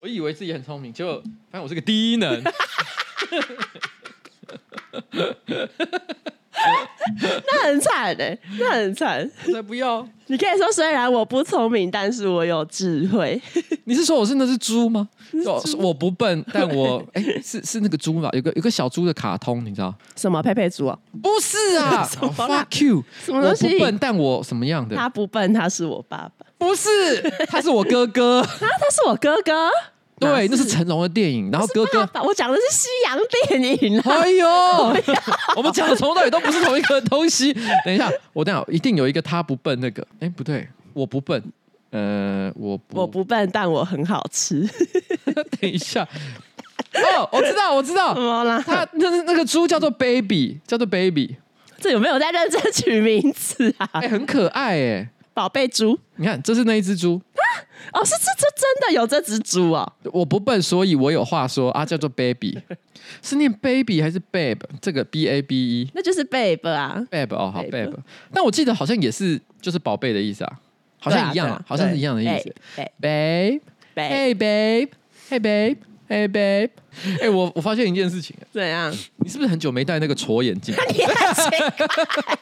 我以为自己很聪明，结 果发现我是个低能。那很惨哎、那很惨。我才不要！你可以说，虽然我不聪明，但是我有智慧。你是说我是那只猪吗？我我不笨，但我 哎、是是那个猪吧？有个有个小猪的卡通，你知道？什么佩佩猪啊？不是 啊什么啦，fuck you！什么我东不西？笨，但我什么样的？他不笨，他是我爸爸。啊不是，他是我哥 哥。啊，他是我哥哥。对，哪那是成龙的电影，然后哦哥爸哥。爸。我讲的是西洋电影啊。 哎呦，我们讲的从头到尾都不是同一个东西。 等一下，我等一下一定有一个他不笨那个，哎、不对，我不笨，呃，我不我不笨，但我很好 吃。等一下，哦，我知道，我知道怎，么啦？他那那那个猪叫做 baby，叫做 baby，这有没有在认真取名字啊？哎、很可爱哎、宝贝猪你看，这是那一只猪，哦，是这这真的有这只猪哦，我不笨，所以我有话说啊，叫做 baby，是念 baby 还是 babe？这个 b a b e 那就是贝贝啊。 babe 哦，好 babe babe，但我记得好像也是就是宝贝的意思啊，好像一样对啊，啊对啊好像是一样的意思。对 babe，hey 贝贝 babe，hey babe，hey babe，哎、我我发现一件事情，怎样？你是不是很久没戴那个戳眼镜？你很奇怪，干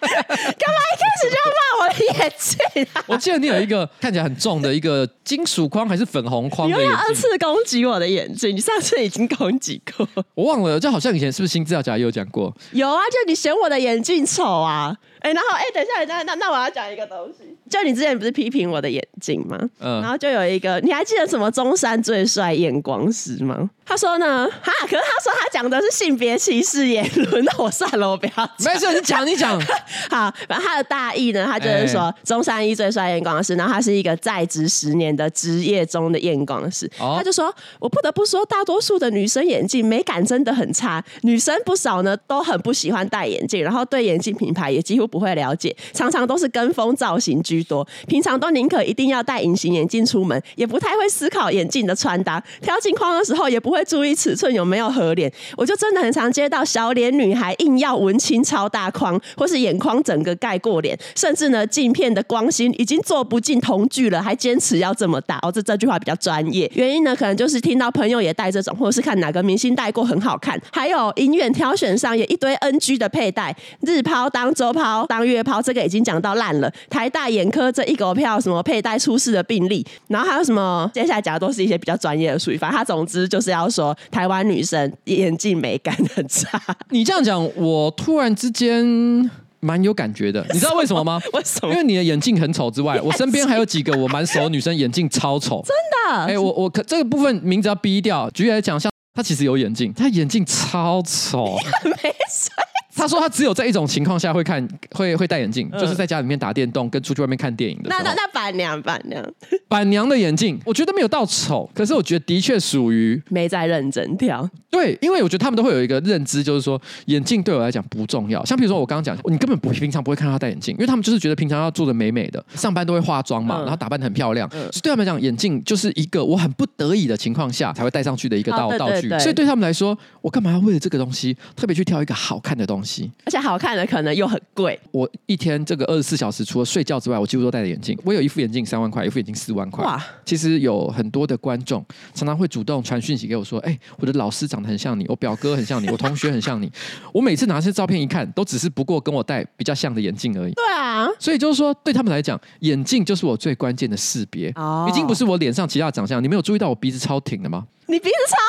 嘛一开始就要骂我的眼镜 啊？我记得你有一个看起来很重的一个金属框还是粉红框你的又要眼啊二镜，次攻击我的眼镜，你上次已经攻击过。我忘了，就好像以前是不是新资料夹也有讲 过？有啊，就你嫌我的眼镜丑啊。哎、然后哎、等一下，等一下，那那我要讲一个东西，就你之前不是批评我的眼镜吗？嗯然后就有一个，你还记得什么中山最帅验光师吗？他说呢，哈，可是他说他讲的是性别歧视言论，那我算了，我不要 讲。没事，你讲你 讲，好，反正他的大意呢，他就是哎说中山一最帅验光师，然后他是一个在职十年的职业中的验光师。哦他就说，我不得不说，大多数的女生眼镜美感真的很差，女生不少呢都很不喜欢戴眼镜，然后对眼镜品牌也几乎不会了解，常常都是跟风造型居多，平常都宁可一定要戴隐形眼镜出门，也不太会思考眼镜的穿搭，挑镜框的时候也不会注意尺寸有没有合脸。我就真的很常接到小脸女孩硬要文青超大框，或是眼眶整个盖过脸，甚至呢镜片的光心已经做不进瞳距了，还坚持要这么大。哦，这这句话比较专业，原因呢可能就是听到朋友也戴这种，或者是看哪个明星戴过很好看，还有影远挑选上也一堆 NG 的佩戴，日抛当周抛当月抛，这个已经讲到烂了。台大眼科这一狗票什么佩戴出事的病例，然后还有什么接下来讲的都是一些啊比较专业的术语，反正他总之就是要说台湾女 生眼镜美感很差，你这样讲，我突然之间蛮有感觉的，你知道为什么吗？ 为什因么为你的眼镜很丑之 外，我身边还有几个我蛮熟的女生眼镜超丑，真的哎、我我可这个部分名字要逼掉，举例来讲，像她其实有眼镜，她眼镜超 丑。没事？她说她只有在一种情况下会看会会戴眼镜，就是在家里面打电动跟出去外面看电影的时那候。那那板娘板娘板娘的眼镜，我觉得没有到丑，可是我觉得的确属于没在认真挑，对，因为我觉得他们都会有一个认知，就是说眼镜对我来讲不重要。像比如说我刚刚讲，你根本不平常不会看到他戴眼镜，因为他们就是觉得平常要做的美美的，上班都会化妆嘛，嗯然后打扮得很漂亮，所以对他们来讲，眼镜就是一个我很不得已的情况下才会戴上去的一个道、哦对对道具。对所以对他们来说，我干嘛要为了这个东西特别去挑一个好看的东西？而且好看的可能又很贵，我一天这个二十四小时，除了睡觉之外，我几乎都戴着眼镜。我有一副眼镜三万块，一副眼镜四万块。哇其实有很多的观众常常会主动传讯息给我说：“哎、我的老师长得很像你，我表哥很像你，我同学很像你。” 我每次拿些照片一看，都只是不过跟我戴比较像的眼镜而已。对啊，所以就是说，对他们来讲，眼镜就是我最关键的识别，哦已经不是我脸上其他的长相。你没有注意到我鼻子超挺的吗？你鼻子超挺。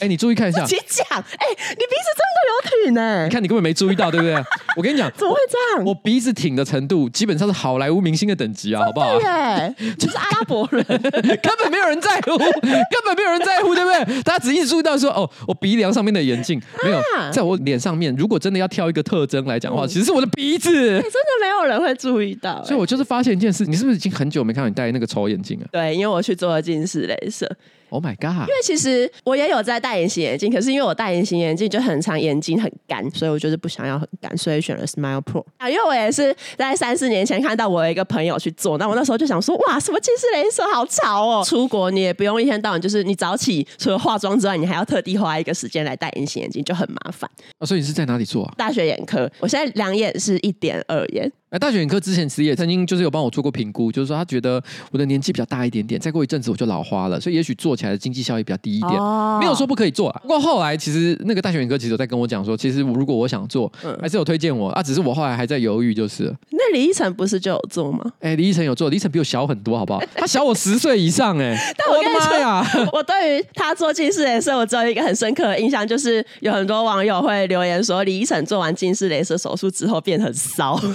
哎、你注意看一下，请讲，哎、你鼻子真的有挺呢、你看你根本没注意到，对不对？我跟你讲，怎么会这样？我鼻子挺的程度，基本上是好莱坞明星的等级啊，好不好？对耶，就是阿拉伯 人，根本没有人在乎，根本没有人在乎，对不对？大家只一直注意到说，哦，我鼻梁上面的眼镜没有，在我脸上面，如果真的要挑一个特征来讲的话，其实是我的鼻子。真的没有人会注意到、哎所以我就是发现一件事，你是不是已经很久没看到你戴那个丑眼镜了对，因为我去做了近视雷射，因？Oh my god！为其实我也有在戴隐形眼镜，可是因为我戴隐形眼镜就很长，眼睛很干，所以我就是不想要很干，所以选了 Smile Pro 啊。因为我也是在三四年前看到我有一个朋友去做，那我那时候就想说，哇，什么近视雷射好潮哦！出国你也不用一天到晚，就是你早起除了化妆之外，你还要特地花一个时间来戴隐形眼镜，就很麻烦。哦啊所以你是在哪里做啊？大学眼科，我现在两眼是一点二眼，那大学眼科之前其实也曾经就是有帮我做过评估，就是说他觉得我的年纪比较大一点点，再过一阵子我就老花了，所以也许做起来的经济效益比较低一点。哦没有说不可以做啊。不过后来其实那个大学眼科其实有在跟我讲说，其实我如果我想做，嗯还是有推荐我啊，只是我后来还在犹豫，就是了，那李依晨不是就有做吗？哎、李依晨有做，李依晨比我小很多，好不好？他小我十岁以上、哎， 但我的跟你妈呀！ 我对于他做近视雷射，我只有一个很深刻的印象，就是有很多网友会留言说，李依晨做完近视雷射手术之后变很骚。我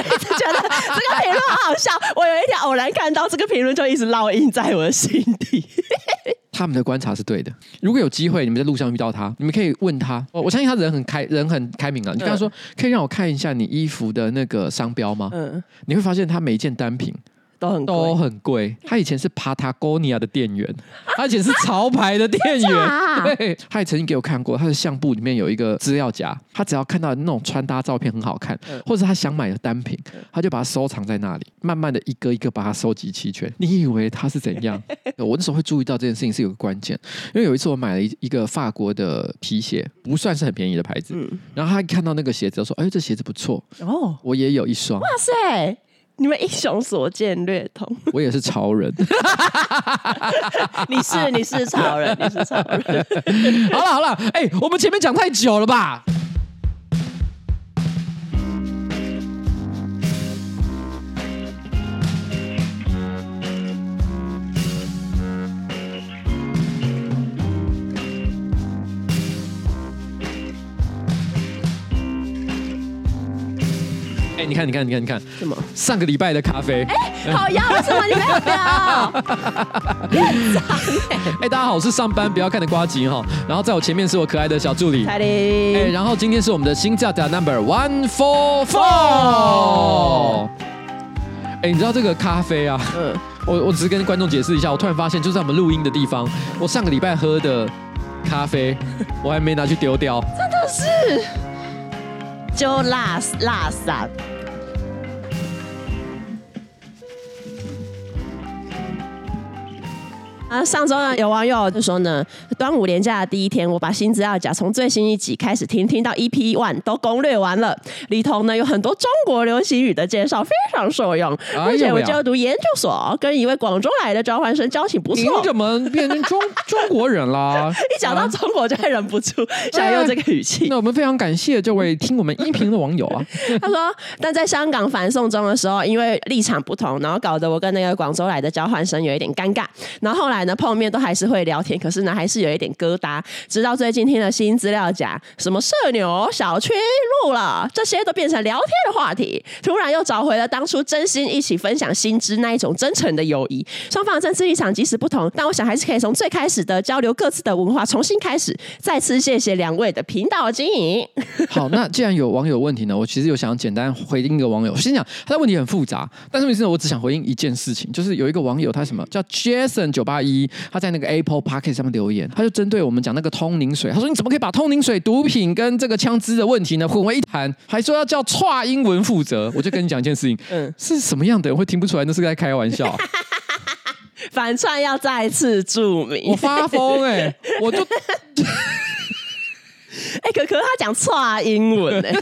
一直觉得这个评论好好笑，我有一天偶然看到这个评论，就一直烙印在我的心底。他们的观察是对的。如果有机会，你们在路上遇到他，你们可以问他，我我相信他人很开，人很开明啊。嗯你跟他说，可以让我看一下你衣服的那个商标吗？嗯，你会发现他每一件单品都很都哦多。很贵。他以前是 Patagonia 的店 员，他以前是潮牌的店真假啊员。对，他也曾经给我看过，他的相簿里面有一个资料夹，他只要看到那种穿搭照片很好看嗯，或者他想买的单品，他就把它收藏在那里，慢慢的一个一个把它收集齐全。你以为他是怎 样？我那时候会注意到这件事情是有个关键，因为有一次我买了一一个法国的皮鞋，不算是很便宜的牌子，嗯，然后他一看到那个鞋子，就说：“哎，这鞋子不错，哦，我也有一双，哇塞！你们英雄所见略同，我也是潮人。”你是你是潮人，你是潮人。 好了好了，哎、我们前面讲太久了吧？哎，你看，你看，你看，你看，什么？上个礼拜的咖啡。哎、好呀，为什么你没有 聊？哎大家好，我是上班不要看的瓜吉哈。然后在我前面是我可爱的小助理，彩铃，哎、然后今天是我们的新价的 number one four four。哎、你知道这个咖啡啊？嗯，我我只是跟观众解释一下，我突然发现，就在我们录音的地方，我上个礼拜喝的咖啡，我还没拿去丢掉。就辣辣散。啊，上周呢，有网友就说呢，端午连假的第一天，我把新资料夹从最新一集开始听，听到 EP one 都攻略完了。里头呢有很多中国流行语的介绍，非常受用。哎呦而且我喂啊就读研究所，跟一位广州来的交换生交情不您错。怎么变成中中国人啦？一讲到啊哎中国就会忍不住想用这个语气。那我们非常感谢这位听我们音频的网友啊。 他说，但在香港反送中的时候，因为立场不同，然后搞得我跟那个广州来的交换生有一点尴尬。然后后来呢，碰面都还是会聊天，可是呢，还是有一点疙瘩。直到最近听了新资料夹，什么社牛、小区路了，这些都变成聊天的话题。突然又找回了当初真心一起分享薪资那一种真诚的友谊。双方的政治立场即使不同，但我想还是可以从最开始的交流各自的文化重新开始。再次谢谢两位的频道经营。 好，那既然有网友问题呢，我其实有想简单回应一个网友。先讲他的问题很复杂，但是问题是我只想回应一件事情，就是有一个网友他什么叫 Jason 九八一，他在那个 Apple p o c k e t 上面留言，他就针对我们讲那个通灵水，他说你怎么可以把通灵水、毒品跟这个枪支的问题呢混为一谈，还说要叫跨英文负责？我就跟你讲一件事情，嗯嗯，是什么样的人会听不出来那是在开玩笑啊、反串要再次注我明。发疯哎、我就哎、可可他讲错英文 哎、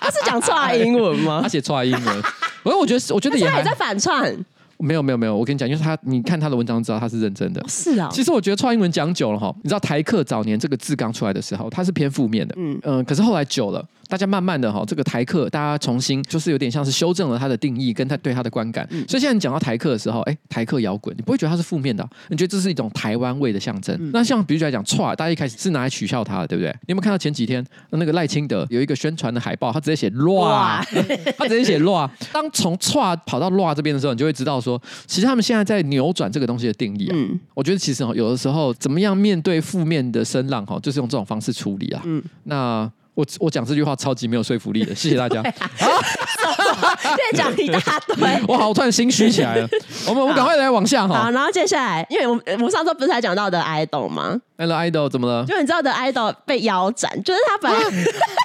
他是讲错啊英文吗他？写跨英文，不过我觉得我觉得但是也他还也在反串，没有没有没有，我跟你讲，因为他你看他的文章知道他是认真的。是啊、其实我觉得创英文讲久了哈，你知道台客早年这个字刚出来的时候，它是偏负面的，嗯可是后来久了，大家慢慢的哈，这个台客大家重新就是有点像是修正了它的定义跟他对它的观感，所以现在你讲到台客的时候，哎，台客摇滚，你不会觉得它是负面的啊、你觉得这是一种台湾味的象征。那像比如来讲 t 大家一开始是拿来取笑他的，对不对？你有没有看到前几天呃那个赖清德有一个宣传的海报，他直接写哇哇， 他直接写 “loa”。当从 “tra” 跑到 “loa” 这边的时候，你就会知道说，其实他们现在在扭转这个东西的定义啊。嗯我觉得其实哦，有的时候怎么样面对负面的声浪哈，就是用这种方式处理啊。嗯嗯，那我我讲这句话超级没有说服力的， 谢谢大 家。越讲一大堆。我好，我突然心虚起来了。我们我们赶快来往下 好，哈。然后接下来，因为我们我们上周不是才讲到的 idol 吗？来了，idol 怎么了？啊就你知道的 idol 被腰斩，就是他本来、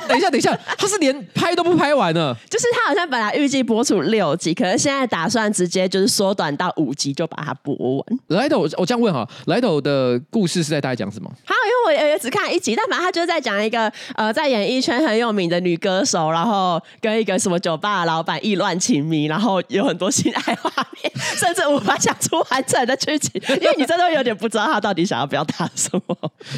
等一下，等一下，他是连拍都不拍完呢。就是他好像本来预计播出六集，可是现在打算直接就是缩短到五集就把它播完。来斗，我我这样问哈，来斗的故事是在大家讲什么？好，因为我也也只看一集，但反正他就是在讲一个呃，在演演艺圈很有名的女歌手，然后跟一个什么酒吧的老板意乱情迷，然后有很多性爱画面，甚至无法想出完整的剧情，因为你真的会有点不知道他到底想要表达什么。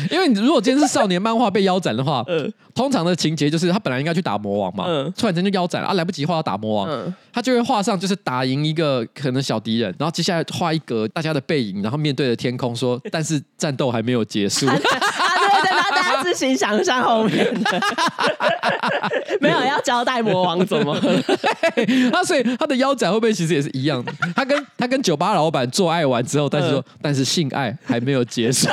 因为你如果今天是少年漫画被腰斩的话， 嗯通常的情节就是他本来应该去打魔王嘛，嗯突然间就腰斩了啊，来不及画到打魔王，嗯他就会画上就是打赢一个可能小敌人，然后接下来画一格大家的背影，然后面对着天空说，但是战斗还没有结 束。啊，对对，然后大家自行想象后面的，没有要交代魔王怎么。他啊所以他的腰斩会不会其实也是一样的？他跟他跟酒吧老板做爱完之后，但是说、嗯但是性爱还没有结 束，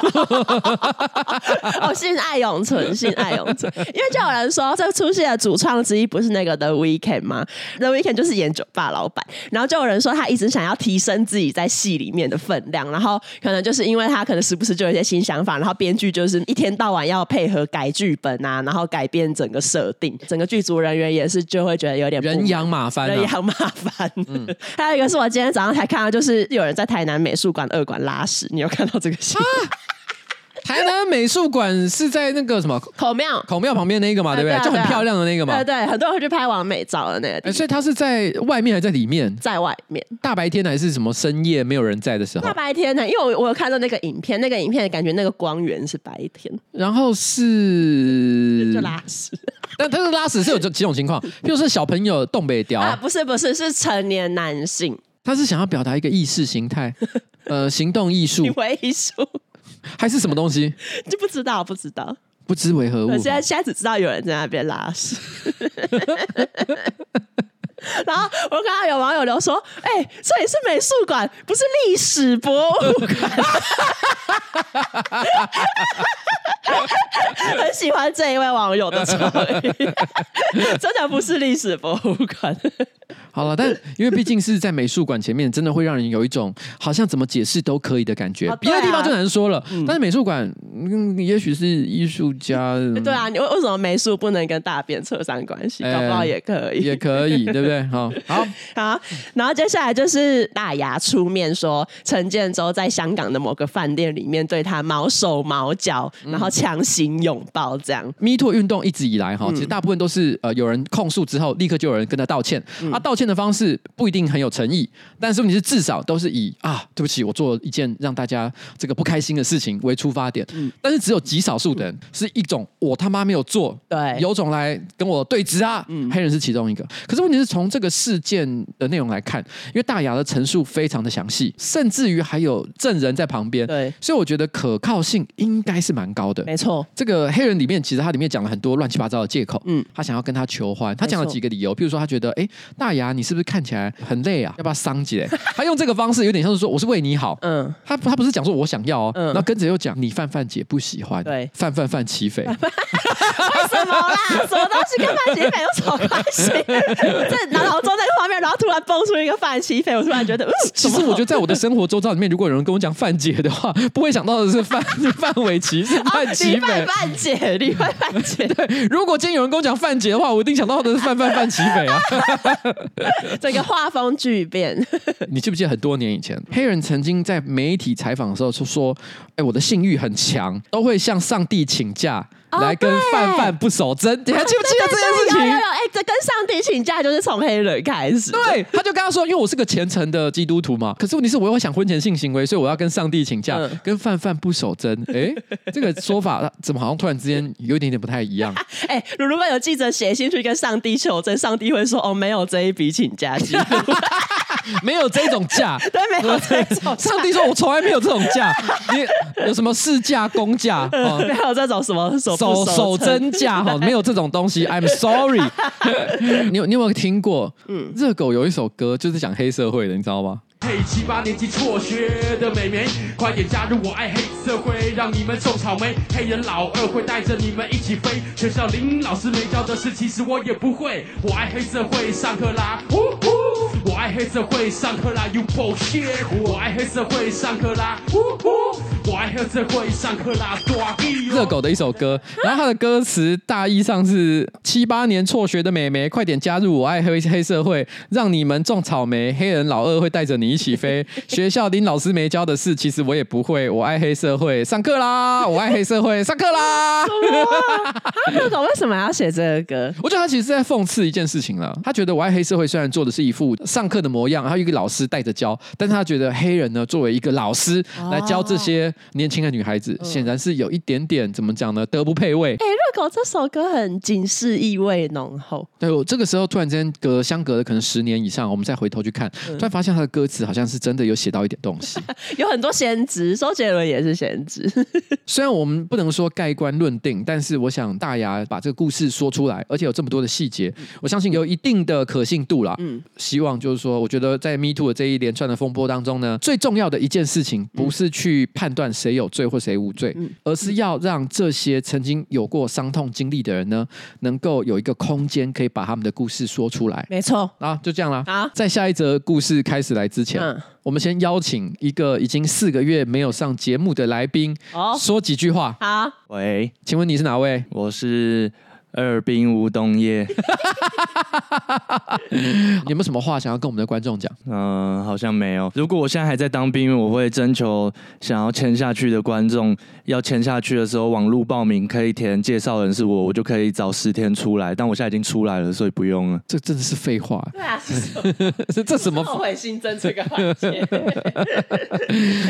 哦，性爱永存，性爱永存。因为就有人说，这出戏的主创之一不是那个 The Weeknd 吗？The Weeknd 就是演酒吧老板，然后就有人说他一直想要提升自己在戏里面的分量，然后可能就是因为他可能时不时就有一些新想法，然后编剧就是一天到晚要配合改剧本啊，然后改变整个设定，整个剧组人员也是就会觉得有点不人仰马翻、人啊。嗯仰马翻。 还有一个是我今天早上才看到，就是有人在台南美术馆二馆拉屎，你有看到这个新闻？啊台南美术馆是在那个什么口妙。孔庙旁边那个嘛，对不对？啊就很啊漂亮的那个嘛对。对，很多人会去拍完美照的那个地哎，方，所以他是在外面还是在里面？在外面。大白天还是什么深夜没有人在的时候大？白天呢，因为我我有看到那个影片，那个影片感觉那个光源是白天，然后是就，拉屎、但但是拉屎是有这几种情况，譬如说小朋友东北调，啊，不是不是，是成年男性他是想要表达一个意识形态，呃，行动艺术行为艺术，还是什么东西？ 就不知道不知道。不知为何物我。现在现在只知道有人在那边拉屎。 然后我看到有网友留说：“哎、这里是美术馆，不是历史博物馆。” 很喜欢这一位网友的创意， 真的不是历史博物馆。好了，但因为毕竟是在美术馆前面，真的会让人有一种好像怎么解释都可以的感觉啊。别对啊的地方就难说了，但是美术馆，嗯，也许是艺术 家，嗯对啊，你为为什么美术不能跟大便扯上关系？搞不好也可以，也可以，对不对？好，好，好，然后接下来就是大牙出面说，陈建州在香港的某个饭店里面对他毛手毛脚，然后强行拥抱，这样。 Me Too 运动一直以来哈，其实大部分都是呃有人控诉之后，立刻就有人跟他道歉。啊，道歉的方式不一定很有诚意，但是问题是至少都是以啊对不起，我做了一件让大家这个不开心的事情为出发点。但是只有极少数的人是一种我他妈没有做，对有种来跟我对峙啊！黑人是其中一个。可是问题是从这个事件的内容来看，因为大牙的陈述非常的详细，甚至于还有证人在旁边，对，所以我觉得可靠性应该是蛮高的。没错，这个黑人里面，其实他里面讲了很多乱七八糟的借口。嗯嗯，他想要跟他求欢，他讲了几个理由，譬如说他觉得，哎，大牙你是不是看起来很累啊？要不要桑姐？ 他用这个方式有点像是说我是为你好。嗯，他他不是讲说我想要哦，嗯然后跟着又讲你范范姐不喜欢，对范范范齐 飞，为什么啦？什么东西跟范琪斐有什么关系？这脑中那个画面，然后突然蹦出一个范琪斐，我突然觉得，嗯，其实我觉得在我的生活周遭里面，如果有人跟我讲范姐的 话，不会想到的是范 范玮琪是范你琪拜斐。啊范姐，你拜范姐， 如果今天有人跟我讲范姐的话，我一定想到的是范范范齐斐啊。整个画风巨变， 你记不记得很多年以前，黑人曾经在媒体采访的时候就说：“哎、我的性欲很强，都会向上帝请假哦来跟对范范不守贞。”你还记不记得这有件有事有，情？哎、这跟上帝请假就是从黑人开始，对，他就跟他说，因为我是个虔诚的基督徒嘛，可是问题是我又想婚前性行为，所以我要跟上帝请假，嗯跟范范不守贞。哎，这个说法怎么好像突然之间有一点点不太一 样？哎、如如果有记者写信去跟上帝求证，上帝会说：“哦，没有这一笔请 假记录，没有这种假，对，没有这种， 上帝说我从来没有这种假，你有什么事假、公假？哦 没有这种什么手手不手手针。真假哈，没有这种东西。I'm sorry，你有你有没有听过？嗯，热狗有一首歌就是讲黑社会的，你知道吗？嘿，七八年级辍学的美眉，快点加入我爱黑社会，让你们种草莓。黑人老二会带着你们一起飞。学校林老师没教的事，其实我也不会。我爱黑社会，上课啦，呼呼！我爱黑社会，上课啦，you bullshit！我爱黑社会，上课啦，呼呼！我爱黑社会，上课啦，抓地哦热狗的一首歌，然后它的歌词大意上是七八年辍学的美眉，快点加入我爱黑黑社会，让你们种草莓，黑人老二会带着你一起 飞。学校林老师没教的事，其实我也不会。我爱黑社会，上课啦！我爱黑社会，上课 啦！他热狗为什么要写这个歌？我觉得他其实是在讽刺一件事情了。他觉得我爱黑社会虽然做的是一副上课的模样，然后一个老师带着教，但是他觉得黑人呢作为一个老师来教这些年轻的女孩子，显然是有一点点怎么讲呢，德不配位。哎、热狗这首歌很警示意味浓厚，对我这个时候突然之间隔相隔了可能十年以上，我们再回头去看，突然发现他的歌词好像是真的有写到一点东西。有很多先知，周杰伦也是先知。虽然我们不能说盖棺论定，但是我想大牙把这个故事说出来，而且有这么多的细节，嗯我相信有一定的可信度啦。嗯，希望就是说，我觉得在 Me Too 的这一连串的风波当中呢，最重要的一件事情不是去判断谁有罪或谁无罪，嗯而是要让这些曾经有过伤痛经历的人呢，能够有一个空间可以把他们的故事说出来。没错，啊，就这样啦。好在下一则故事开始来之前，嗯我们先邀请一个已经四个月没有上节目的来宾，哦说几句话。好，喂，请问你是哪位？我是二兵吴东业， 有没有什么话想要跟我们的观众讲？嗯、好像没有。如果我现在还在当兵，我会征求想要签下去的观众，要签下去的时候，网络报名可以填介绍人是我，我就可以早十天出来。但我现在已经出来了，所以不用了。这真的是废 话，对啊，这这什么？后悔新增这个环 节，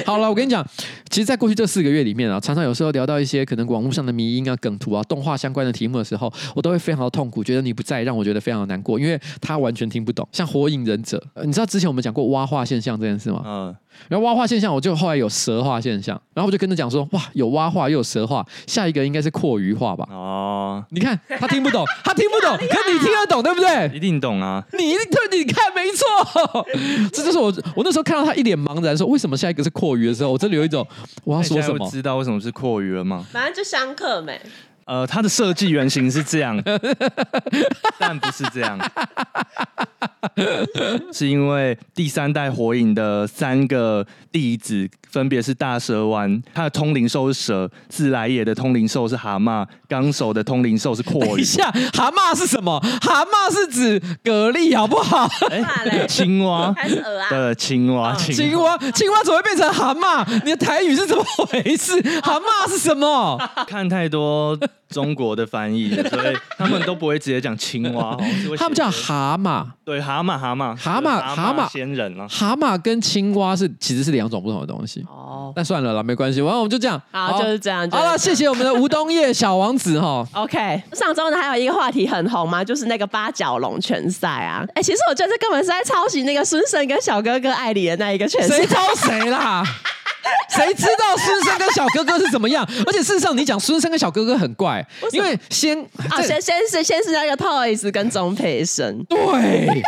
好了，我跟你讲，其实，在过去这四个月里面啊，常常有时候聊到一些可能网络上的迷音啊、梗图啊、动画相关的题目的时候，我都会非常的痛苦，觉得你不在，让我觉得非常的难过，因为他完全听不懂。像《火影忍者》呃你知道之前我们讲过蛙化现象这件事吗？嗯、然后蛙化现象，我就后来有蛇化现象，然后我就跟他讲说，哇，有蛙化又有蛇化，下一个应该是阔鱼化吧？哦，你看他听不懂，他听不懂，可你听得懂，对不对？一定懂啊。你对，你看没错，这就是我我那时候看到他一脸茫然说为什么下一个是阔鱼的时候，我真的有一种我要那 说你现什在么 会。知道为什么是阔鱼了吗？反正就相克没。呃，它的设计原型是 这样，但不是这样，是因为第三代火影的三个弟子分别是大蛇丸，他的通灵兽是蛇；自来也的通灵兽是蛤蟆；纲手的通灵兽是阔等一鱼。下，蛤蟆是什么？蛤蟆是指蛤蜊，好不好？哎蛤嘞 青蛙还是鹅啊对，青蛙，青青蛙。蛙，青蛙怎么会变成蛤蟆？你的台语是怎么回事？蛤蟆是什么？看太多中国的翻译了，所以他们都不会直接讲青 蛙，好像是会他们写叫蛤蟆，对蛤蟆，蛤蟆，蛤蟆蛤蛤蟆仙人啊。蛤蟆跟青蛙是其实是两种不同的东西。哦，那算了啦，没关系，完了我们就这样。好就是这样好了，就是这谢谢样我们的吴东业小王子哈。 OK，上周呢还有一个话题很红嘛，就是那个八角笼拳赛啊。哎、其实我觉得这根本是在抄袭那个孙胜跟小哥哥艾里的那一个拳赛谁。抄谁 啦？谁知道孙生跟小哥哥是怎么样？而且事实上，你讲孙生跟小哥哥很怪，因为先啊，在先先是先是那个 Toys 跟钟培生，对。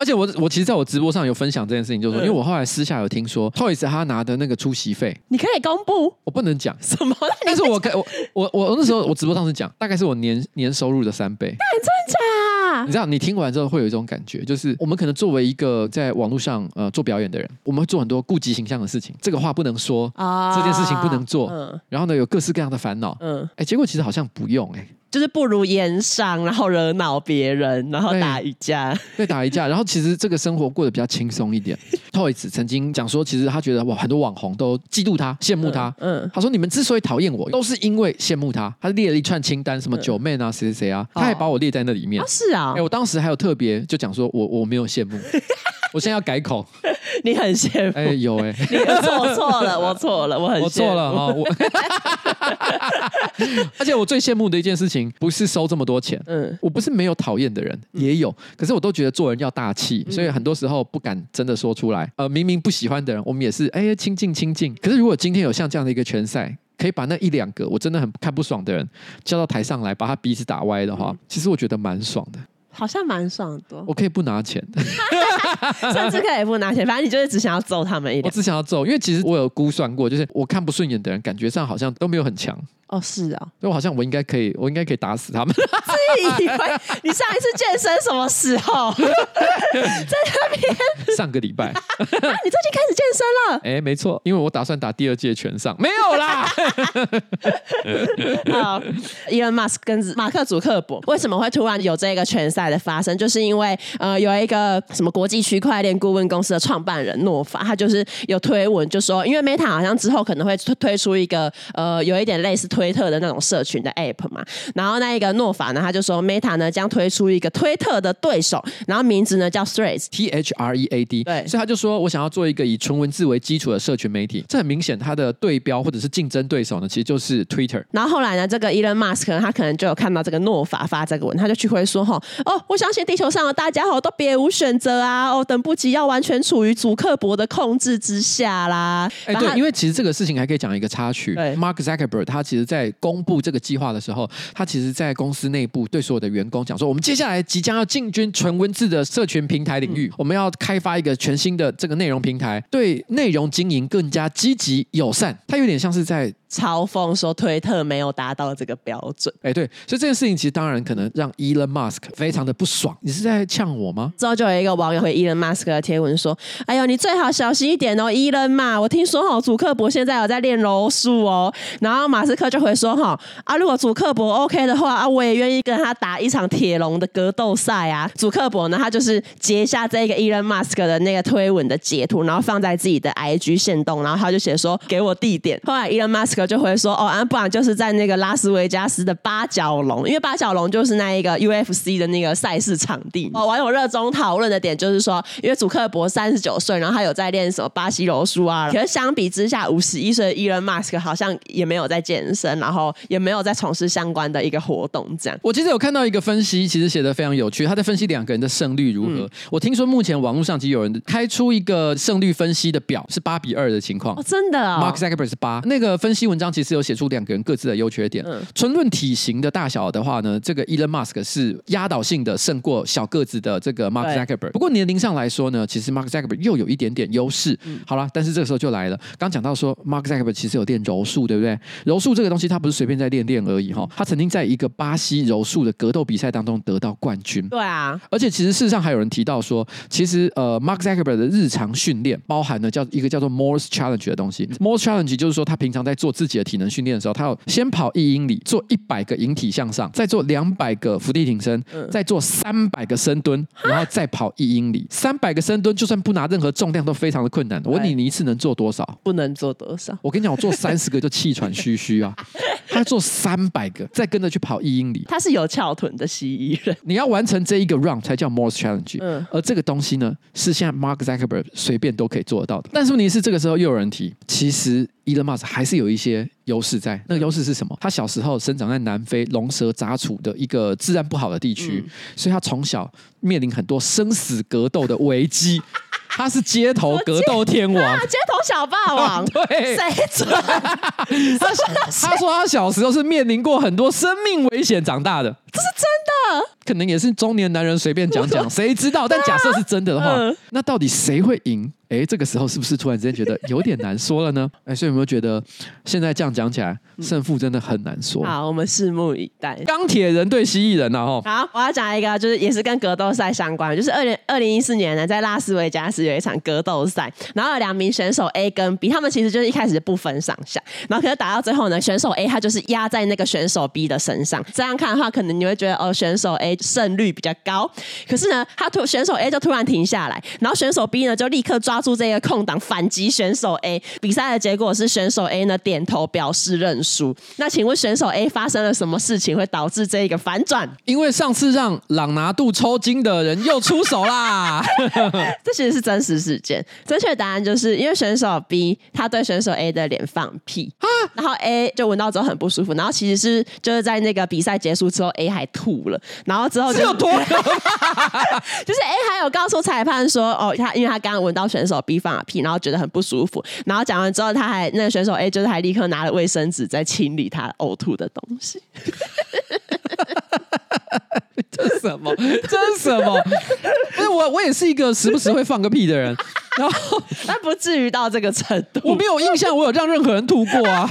而且我我其实在我直播上有分享这件事情，就是说，嗯因为我后来私下有听说，Toys 他拿的那个出席费，你可以公布我不能 讲，什么？那但你是我可我我我那时候我直播上是讲，大概是我年年收入的三 倍。真你假？知道，你听完之后会有一种感觉，就是我们可能作为一个在网络上呃做表演的人，我们会做很多顾及形象的事情，这个话不能说，啊这件事情不能做嗯然后呢有各式各样的烦恼，嗯，哎、结果其实好像不用哎、就是不如言上，然后惹恼别人，然后对打一架。被打 一架，然后其实这个生活过得比较轻松一点。Toys 曾经讲说，其实他觉得哇，很多网红都嫉妒他、羡慕他。嗯嗯他说你们之所以讨厌我，都是因为羡慕他。他列了一串清单，什么嗯九妹啊、谁谁谁啊，哦他还把我列在那里面啊，。是啊哎、，我当时还有特别就讲说我我没有羡 慕，我现在要改口。你很羡慕， 哎、有哎、 你错错了，我错了，我很我羡慕错了哈、哦，我。 而且我最羡慕的一件事情，不是收这么多钱，嗯，我不是没有讨厌的人，也有，可是我都觉得做人要大气，所以很多时候不敢真的说出来。呃，明明不喜欢的人，我们也是哎亲近亲近。可是如果今天有像这样的一个拳赛，可以把那一两个我真的很看不爽的人叫到台上来，把他鼻子打歪的话，其实我觉得蛮爽的。好像蛮爽的，我可以不拿钱， 甚至可以不拿钱，反正你就是只想要揍他们一我点。只想要揍，因为其实我有估算过，就是我看不顺眼的人，感觉上好像都没有很强。哦，是啊，所以我好像我应该可以，我应该可以打死他们。 自以为 你上一次健身什么时候？ 上个礼拜，啊，你最近开始健身了？哎、没错，因为我打算打第二届全上，没有啦。好，Elon Musk 跟马克·祖克伯为什么会突然有这个拳赛的发生？就是因为呃，有一个什么国际区块链顾问公司的创办人诺法，他就是有推文就说，因为 Meta 好像之后可能会推推出一个呃，有一点类似推特的那种社群的 App 嘛，然后那一个诺法呢，他就说 Meta 呢将推出一个推特的对手，然后名字呢叫 Threads。 T H R E A D，对所以他就说我想要做一个以纯文字为基础的社群媒体，这很明显，它的对标或者是竞争对手呢，其实就是 Twitter。然后后来呢，这个 Elon Musk 呢他可能就有看到这个诺法发这个文，他就去会说哈，哦，我相信地球上的大家伙都别无选择啊，哦，等不及要完全处于祖克伯的控制之下啦。哎，然后对他，因为其实这个事情还可以讲一个插曲。对 Mark Zuckerberg 他其实在公布这个计划的时候，他其实在公司内部对所有的员工讲说，我们接下来即将要进军纯文字的社群平台领嗯域，我们要开发一个全新的这个内容平台，对内容经营更加积极友善。他有点像是在嘲讽说推特没有达到这个标准。哎，对，所以这件事情其实当然可能让 Elon Musk 非常的不爽。你是在呛我吗？之后就有一个网友回 Elon Musk 的贴文说：“哎呦，你最好小心一点哦，Elon 嘛，我听说哈，祖克伯现在有在练柔术哦。”然后马斯克就回说：“哈啊，如果祖克伯 OK 的话啊，我也愿意跟他打一场铁笼的格斗赛啊。”祖克伯呢，他就是截下这个 Elon Musk 的那个推文的截图，然后放在自己的 IG 线动，然后他就写说：“给我地点。”后来 Elon Musk 就回说：“哦，啊，不然就是在那个拉斯维加斯的八角笼，因为八角笼就是那一个 UFC 的那个赛事场地。”哦，网友热衷讨论的点就是说，因为祖克伯三十九岁，然后他有在练什么巴西柔术啊，可是相比之下，五十一岁的 Elon Musk 好像也没有在健身，然后也没有在从事相关的一个活动，这样。我其实有看到一个分析，其实写的非常有趣，他在分析两个人的胜率如何。我听说目前网络上其实有人开出一个胜率分析的表，是八比二的情况。哦，真的哦 Mark Zuckerberg 是八，那个分析文章其实有写出两个人各自的优缺点。嗯纯论体型的大小的话呢，这个 Elon Musk 是压倒性的胜过小个子的这个 Mark 对 Zuckerberg。不过年龄上来说呢，其实 Mark Zuckerberg 又有一点点优势。嗯好啦，但是这个时候就来了，刚讲到说 Mark Zuckerberg 其实有练柔术，对不对？柔术这个东西他不是随便在练练而已哈，他曾经在一个巴西柔术的格斗比赛当中得到冠军。对啊，而且其实事实上还有人提到说，其实呃，Mark Zuckerberg 的日常训练包含了叫一个叫做 Morse Challenge 的东西。Morse Challenge 就是说他平常在做自己的体能训练的时候，他要先跑一英里，做一百个引体向上，再做两百个伏地挺身，再做三百个深蹲，然后再跑一英里。三百个深蹲就算不拿任何重量都非常的困难。我问你，对你一次能做多少？不能做多少。我跟你讲，我做三十个就气喘吁吁啊！他做三百个，再跟着去跑一英里，他是有翘臀的蜥蜴人，你要完成这一个 round 才叫 Morse Challenge，、嗯而这个东西呢，是现在 Mark Zuckerberg 随便都可以做得到的。但是问题是，这个时候又有人提，其实 Elon Musk 还是有一些优势在。那个优势是什么？他小时候生长在南非龙蛇杂处的一个治安不好的地区，所以他从小面临很多生死格斗的危机。他是街头格斗天王 啊，，街头小霸王， 对谁 准？他他说他小时候是面临过很多生命危险长大的，这是真的。可能也是中年男人随便讲讲， 谁知道？但假设是真的的话，嗯那到底谁会赢？哎，这个时候是不是突然之间觉得有点难说了 呢？哎，所以有没有觉得现在这样讲起来，胜负真的很难说？好，我们拭目以待。钢铁人对蜥蜴人啊，吼，好，我要讲一个，就是也是跟格斗赛相关的，就是二零二零一四年呢，在拉斯维加斯有一场格斗赛，然后有两名选手 A 跟 B，他们其实就是一开始不分上下，然后可是打到最后呢，选手 A 他就是压在那个选手 B 的身上，这样看的话，可能你会觉得哦，选手 A 胜率比较高，可是呢，他突选手 A 就突然停下来，然后选手 B 呢就立刻抓住这个空档反击选手 A，比赛的结果是选手 A 呢点头表示认输。那请问选手 A 发生了什么事情会导致这个反转？因为上次让朗拿度抽筋的人又出手 啦。 这其实是真实事件。正确答案就是因为选手 B 他对选手 A 的脸放屁，然后 A 就闻到之后很不舒服，然后其实是就是在那个比赛结束之后 A 还吐了，然后之后这就有多可怕？就是 A 还有告诉裁判说，哦，他因为他刚刚闻到选手 B 放了屁，然后觉得很不舒服，然后讲完之后他还那个选手 A 就是还立刻拿了卫生纸在清理他呕吐的东西， 这是什么？这是什 么？不是我，我也是一个时不时会放个屁的人，然后但不至于到这个程我度 没。有印象，我有让任何人吐过啊。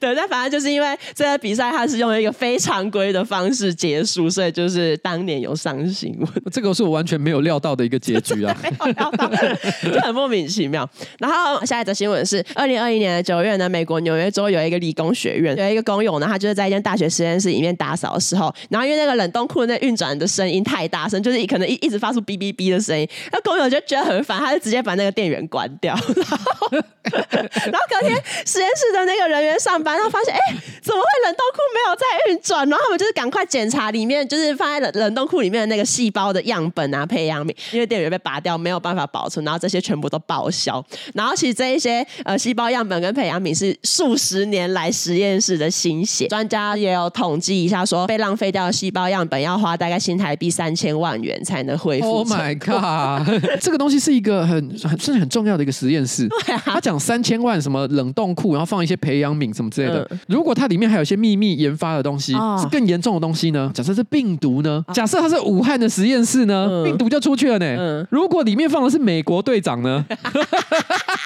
对，但反正就是因为这个比赛它是用一个非常规的方式结束，所以就是当年有上新闻。这个是我完全没有料到的一个结局啊！没有料到，就很莫名其妙。然后下一则新闻是，二零二一年的九月呢，美国纽约州有一个理工学院，有一个工友呢，他就是在一间大学实验室里面打扫的时候，然后因为那个冷冻库那运转的声音太大声，就是可能一一直发出哔哔哔的声音，那工友就觉得很烦，他就直接把那个电源关掉。然后，然后隔天实验室的那个人员上班，然后发现，哎、怎么会冷冻库没有在运转？然后他们就是赶快检查里面，就是放在冷冷冻库里面的那个细胞的样本啊、培养皿，因为电源被拔掉，没有办法保存，然后这些全部都报销。然后其实这一些呃细胞样本跟培养皿是数十年来实验室的心血，专家也有统计一下说，被浪费掉的细胞样本要花大概新台币三千万元才能恢复 Oh 成。 my god！这个 东西是一个很很甚至很重要的一个实验室。 对啊他讲三千万什么冷冻库，然后放一些培养皿什么之类的。如果它里面还有一些秘密研发的东西，呃哦是更严重的东西呢？假设是病毒呢？假设它是武汉的实验室呢？嗯病毒就出去了呢。嗯如果里面放的是美国队长 呢？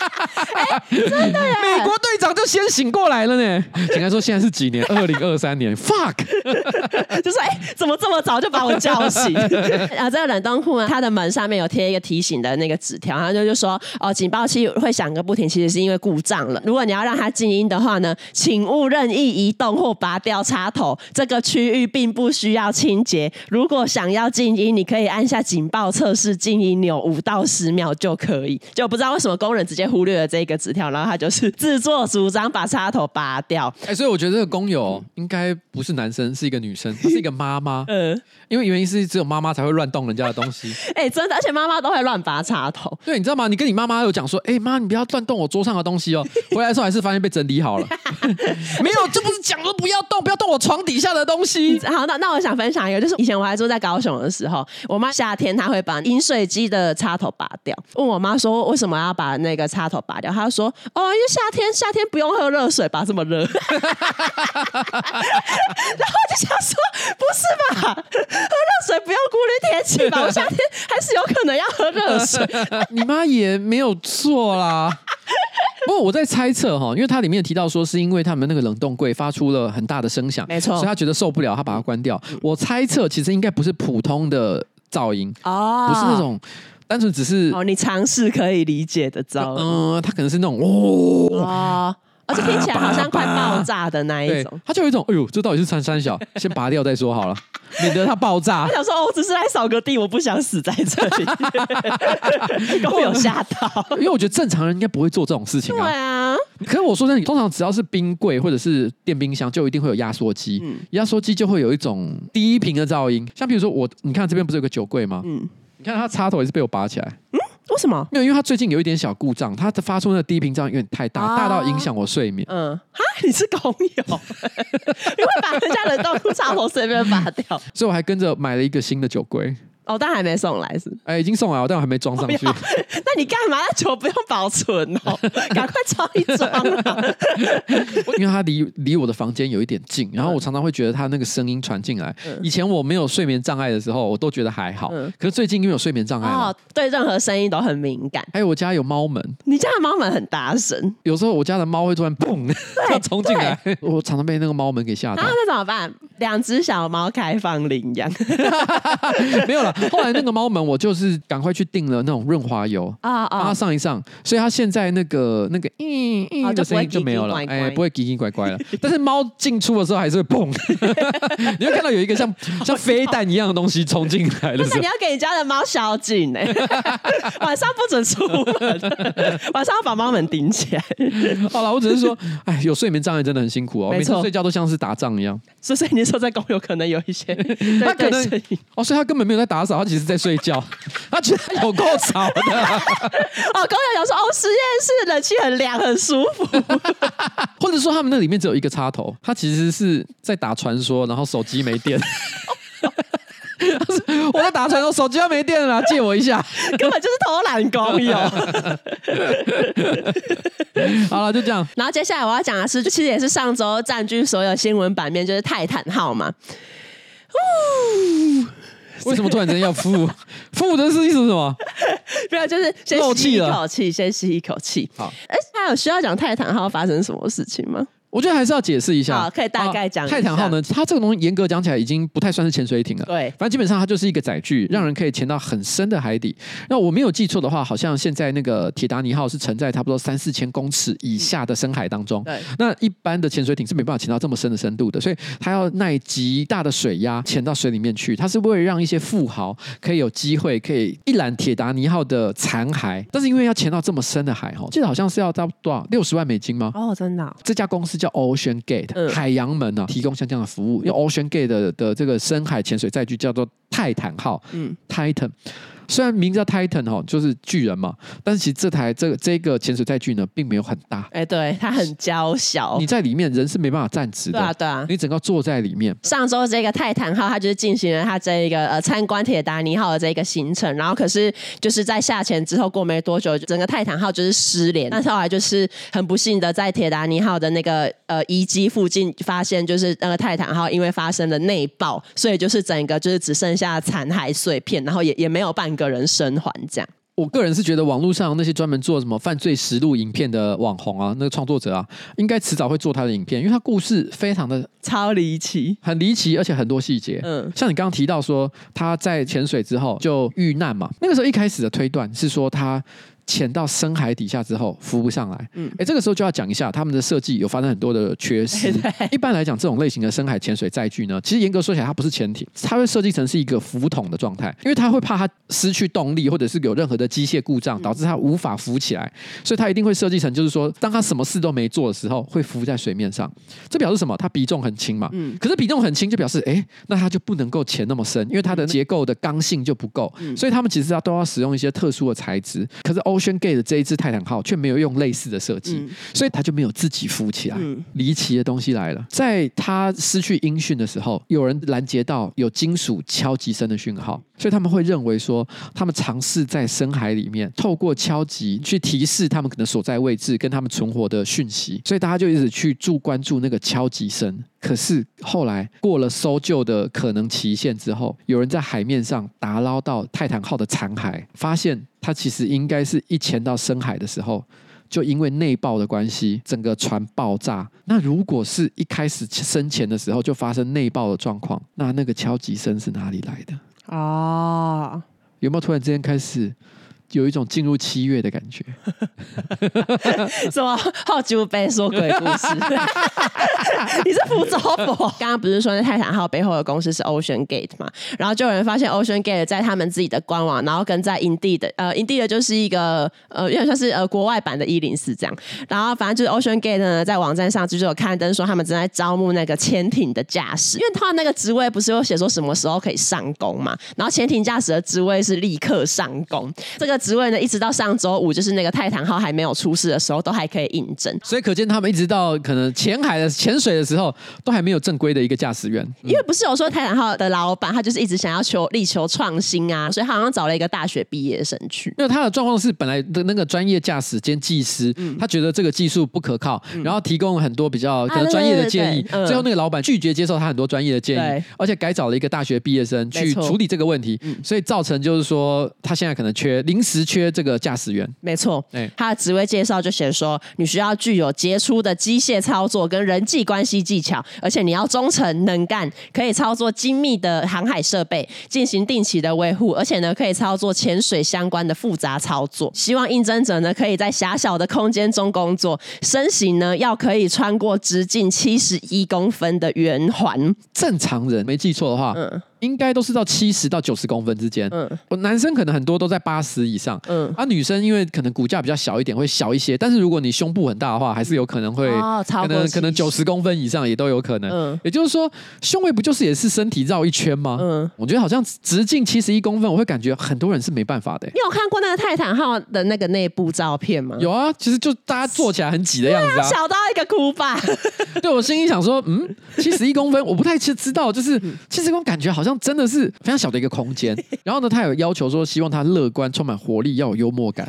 哎美国队长就先醒过来了呢。简单说，现在是几年？二零二三年。Fuck！就是哎、怎么这么早就把我叫醒？ 啊，这个冷冻库呢，它的门上面有贴一个提醒的那个纸条，然后就就说哦，警报器会响个不停，其实是因为故障了。如果你要让它静音的话呢，请勿任意移动或拔掉插头，这个区域并不需要清洁。如果想要静音，你可以按下警报测试静音钮五到十秒就可以。就不知道为什么工人直接忽略了这个纸条，然后他就是自作主张把插头拔掉。。哎、所以我觉得这个工友应该不是男生，是一个女生，她是一个妈妈 嗯，因为原因是只有妈妈才会乱动人家的东西。 哎、真的，而且妈妈都会乱拔插头。对，你知道吗？你跟你妈妈有讲说，哎、妈，你不要乱动我桌上的东西 哦。回来的时候还是发现被整理好了。 没有，这不是讲说不要动，不要动我床底下的东 西。好，那那我想分享一个，就是以前我还住在高雄的时候，我妈夏天她会把饮水机的插头拔掉，问我妈说为什么要把那个插头拔掉，她就说哦，因为夏天夏天不用喝热水吧，这么热。然 后我就想说，不是吧，喝热水不用顾虑天 气吧，我夏天还是有可能要喝热水。你妈也没有错啦。 不过我在猜测哈，因为它里面提到说是因为他们那个冷冻柜发出了很大的声响，没错嗯所以他觉得受不了，他把它关掉。我猜测其实应该不是普通的噪音，哦不是那种单纯只是哦，你尝试可以理解的招嗯，他可能是那种哦，哦，而且听起来好像快爆炸的那一对种。，他就有一种，哎呦，这到底是三三 小，先拔掉再说好了，免得它爆炸我。想说，哦我只是来扫个地，我不想死在这 里，都没有吓到。因为我觉得正常人应该不会做这种事情对啊。啊，可是我说真的，通常只要是冰柜或者是电冰箱，就一定会有压缩机。嗯压缩机就会有一种低频的噪音，像比如说我，你看这边不是有个酒柜吗？嗯你看它插头也是被我拔起来，为什么？没有，因为它最近有一点小故障，它发出那个低频噪音有点太大，啊大到影响我睡眠。嗯，哈，你是工友， 你会把人家的豆腐插头随便拔掉？所以我还跟着买了一个新的酒柜， 哦，但还没送来是不是？哎，已经送来了，但我还没装哦上去。那你干嘛？那酒不用保存 哦，赶快装一装 啊！因为它离离我的房间有一点近，然后嗯我常常会觉得它那个声音传进来。以前我没有睡眠障碍的时候，我都觉得还好，嗯可是最近因为有睡眠障碍嘛，哦，对任何声音都很敏感。还有我家有猫门，你家的猫们很大声，有时候我家的猫会突然砰 要冲进来，我常常被那个猫门给吓到然后。啊那怎么办？两只小猫开放领养没有了，后来那个猫门我就是赶快去订了那种润滑油。啊帮它啊！上一上，所以它现在那个那个嗯哦嗯就的不会声音就没有了，叽叽怪怪哎，不会叽叽怪怪 了。但是猫进出的时候还是会砰， 你会看到有一 个像像飞弹一样的东西冲进来的时那候你，要给你家的猫宵禁呢、晚上不准出门，晚上要把猫们顶起来。 好了，我只是说，哎，有睡眠障碍真的很辛苦哦，没每错次睡觉都像是打仗一样。所以你说在公有可能有 一些他可对对能声音哦，所以他根本没有在打扫，他其实在睡 觉，他觉得他有够吵的，哦，公有讲说哦，实验室冷气很凉很舒服，或者说他们那里面只有一个插头，他其实是在打传说，然后手机没电。 他是我在打传说，手机要没电了啦，借我一下。根本就是偷懒公有。 好了，就这样。然后接下来我要讲的是，就其实也是上周占据所有新闻版面，就是泰坦号嘛。为什么突然间要付？付的是意思是什么？没有，就是先漏吸气一了口气，先吸一口气。好，哎，还有需要讲泰坦号发生什么事情吗？我觉得还是要解释一好下，可以大概讲一下泰坦号呢，它这个东西严格讲起来已经不太算是潜水艇了。对反正基本上它就是一个载具，让人可以潜到很深的海底。那我没有记错的话，好像现在那个铁达尼号是沉在差不多三四千公尺以下的深海当中。对，那一般的潜水艇是没办法潜到这么深的深度的，所以它要耐极大的水压潜到水里面去。它是为了让一些富豪可以有机会可以一览铁达尼号的残骸，但是因为要潜到这么深的海哈，记得好像是要到多少六十万美金吗？哦，真的哦、这家公司叫 Ocean Gate、嗯海洋门啊，提供像这样的服务。因为 Ocean Gate 的的这个深海潜水载具叫做泰坦号，嗯嗯，Titan。虽然名叫 Titan 哦，就是巨人嘛，但是其实这台这个这个潜水载具呢，并没有很大。哎、对，它很娇小你，在里面人是没办法站直的，哦对啊，对啊。你整个坐在里面，上周这个泰坦号，它就是进行了它这一个呃参观铁达尼号的这一个行程，然后可是就是在下潜之后过没多久，整个泰坦号就是失联。但是后来就是很不幸的，在铁达尼号的那个呃遗迹附近发现，就是那个泰坦号因为发生了内爆，所以就是整个就是只剩下残骸碎片，然后也也没有半个人生还这样。我个人是觉得网络上那些专门做什么犯罪实录影片的网红啊，那个创作者啊，应该迟早会做他的影片，因为他故事非常的超离奇，很离奇，而且很多细节。嗯像你刚刚提到说他在潜水之后就遇难嘛，那个时候一开始的推断是说他。潜到深海底下之后浮不上来，嗯，哎，这个时候就要讲一下他们的设计有发生很多的缺失。 一般来讲，这种类型的深海潜水载具呢，其实严格说起来它不是潜艇，它会设计成是一个浮筒的状态，因为它会怕它失去动力或者是有任何的机械故障导致它无法浮起来，所以它一定会设计成就是说，当它什么事都没做的时候会浮在水面上。这表示什么？它比重很轻嘛。可是比重很轻就表示，哎，那它就不能够潜那么深，因为它的结构的刚性就不够。所以他们其实要都要使用一些特殊的材质。可是 Ocean Gate 的这一只泰坦号却没有用类似的设计，所以它就没有自己浮起来。离奇的东西来了，在它失去音讯的时候，有人拦截到有金属敲击声的讯号，所以他们会认为说，他们尝试在深海里面透过敲击去提示他们可能所在位置跟他们存活的讯息，所以大家就一直去注关注那个敲击声。可是后来过了搜救的可能期限之后，有人在海面上打捞到泰坦号的残骸，发现它其实应该是一潜到深海的时候。就因为内爆的关系，整个船爆炸。那如果是一开始深潜的时候就发生内爆的状况，那那个敲击声是哪里来的？哦，有没有突然之间开始有一种进入七月的感觉？ 什么好酒杯说鬼故 事？你是福州佛？刚刚不是说那泰坦号背后的公司是 Ocean Gate 嘛？然后就有人发现 Ocean Gate 在他们自己的官网，然后跟在 Indeed 的呃 Indeed 的就是一个呃有点像是呃国外版的一零四这样。然后反正就是 Ocean Gate 呢，在网站上就是有刊登说他们正在招募那个潜艇的驾驶，因为他那个职位不是有写说什么时候可以上工嘛？然后潜艇驾驶的职位是立刻上工，这个职位呢，一直到上周五就是那个泰坦号还没有出事的时候，都还可以应征。所以可见他们一直到可能潜海的潜水的时候，都还没有正规的一个驾驶员。因为不是有说泰坦号的老板，他就是一直想要求力求创新啊，所以他好像找了一个大学毕业生去。因为他的状况是，本来的那个专业驾驶兼技师，嗯他觉得这个技术不可靠，然后提供了很多比较可能专业的建议。啊对对对嗯最后那个老板拒绝接受他很多专业的建对议，而且改找了一个大学毕业生没去错嗯处理这个问题，所以造成就是说他现在可能缺临时缺这个驾驶员。没错，哎他的职位介绍就写说，你需要具有杰出的机械操作跟人际关系技巧，而且你要忠诚能干，可以操作精密的航海设备，进行定期的维护，而且呢可以操作潜水相关的复杂操作。希望应征者呢可以在狭小的空间中工作，身形呢要可以穿过直径七十一公分的圆环。正常人没记错的话，嗯应该都是到七十到九十公分之间。嗯我男生可能很多都在八十以上，嗯嗯，啊，女生因为可能骨架比较小一点，会小一些，但是如果你胸部很大的话，还是有可能会，哦超可过能70可能九十公分以上也都有可能。嗯也就是说，胸围不就是也是身体绕一圈吗？嗯嗯，我觉得好像直径七十一公分，我会感觉很多人是没办法的、你有看过那个泰坦号的那个内部照片吗？有啊，其实就大家坐起来很挤的样子啊。小到一个哭吧。 对我心里想说，嗯，七十一公分，我不太知道，就是嗯七十公分感觉好像真的是非常小的一个空间。然后呢，他有要求说，希望他乐观、充满活力，要有幽默感。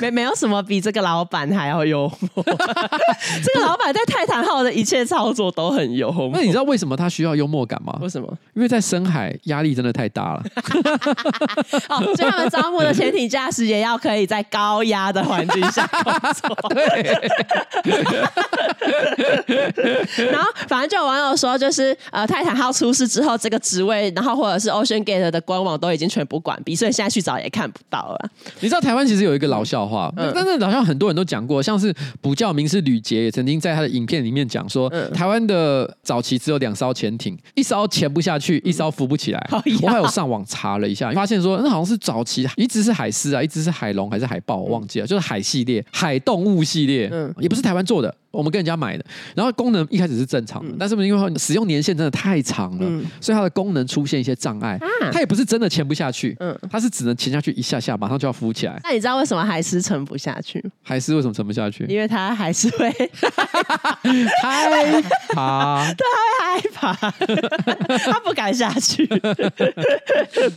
没没有什么比这个老板还要幽默。 这个老板在泰坦号的一切操作都很幽默那。你知道为什么他需要幽默感吗？为什么？因为在深海压力真的太大了，哦，所以他们招募的潜艇驾驶也要 可以在高压的环境下工作。然后反正就有网友说，就是呃，泰坦号出事之后，这个职位，然后或者是 Ocean Gate 的官网都已经全部关闭，所以现在去找也看不到了。你知道台湾其实有一个老笑话，嗯但是好像很多人都讲过，像是补教名师吕杰也曾经在他的影片里面讲说，嗯台湾的早期只有两艘潜艇，一艘潜不下去，一艘浮不起来。好呀我还有上网查了一下，发现说嗯那好像是早期一只是海狮啊，一只是海龙还是海豹，我忘记了，就是海系列、海动物系列，嗯也不是台湾做的。我们跟人家买的，然后功能一开始是正常的，但是因为使用年限真的太长了，嗯啊所以它的功能出现一些障碍。它也不是真的潜不下去，嗯它是只能潜下去一下下，马上就要浮起来。那你知道为什么还是撑不下去吗？海狮为什么沉不下去？因为他还是会害怕。害怕，他不敢下去。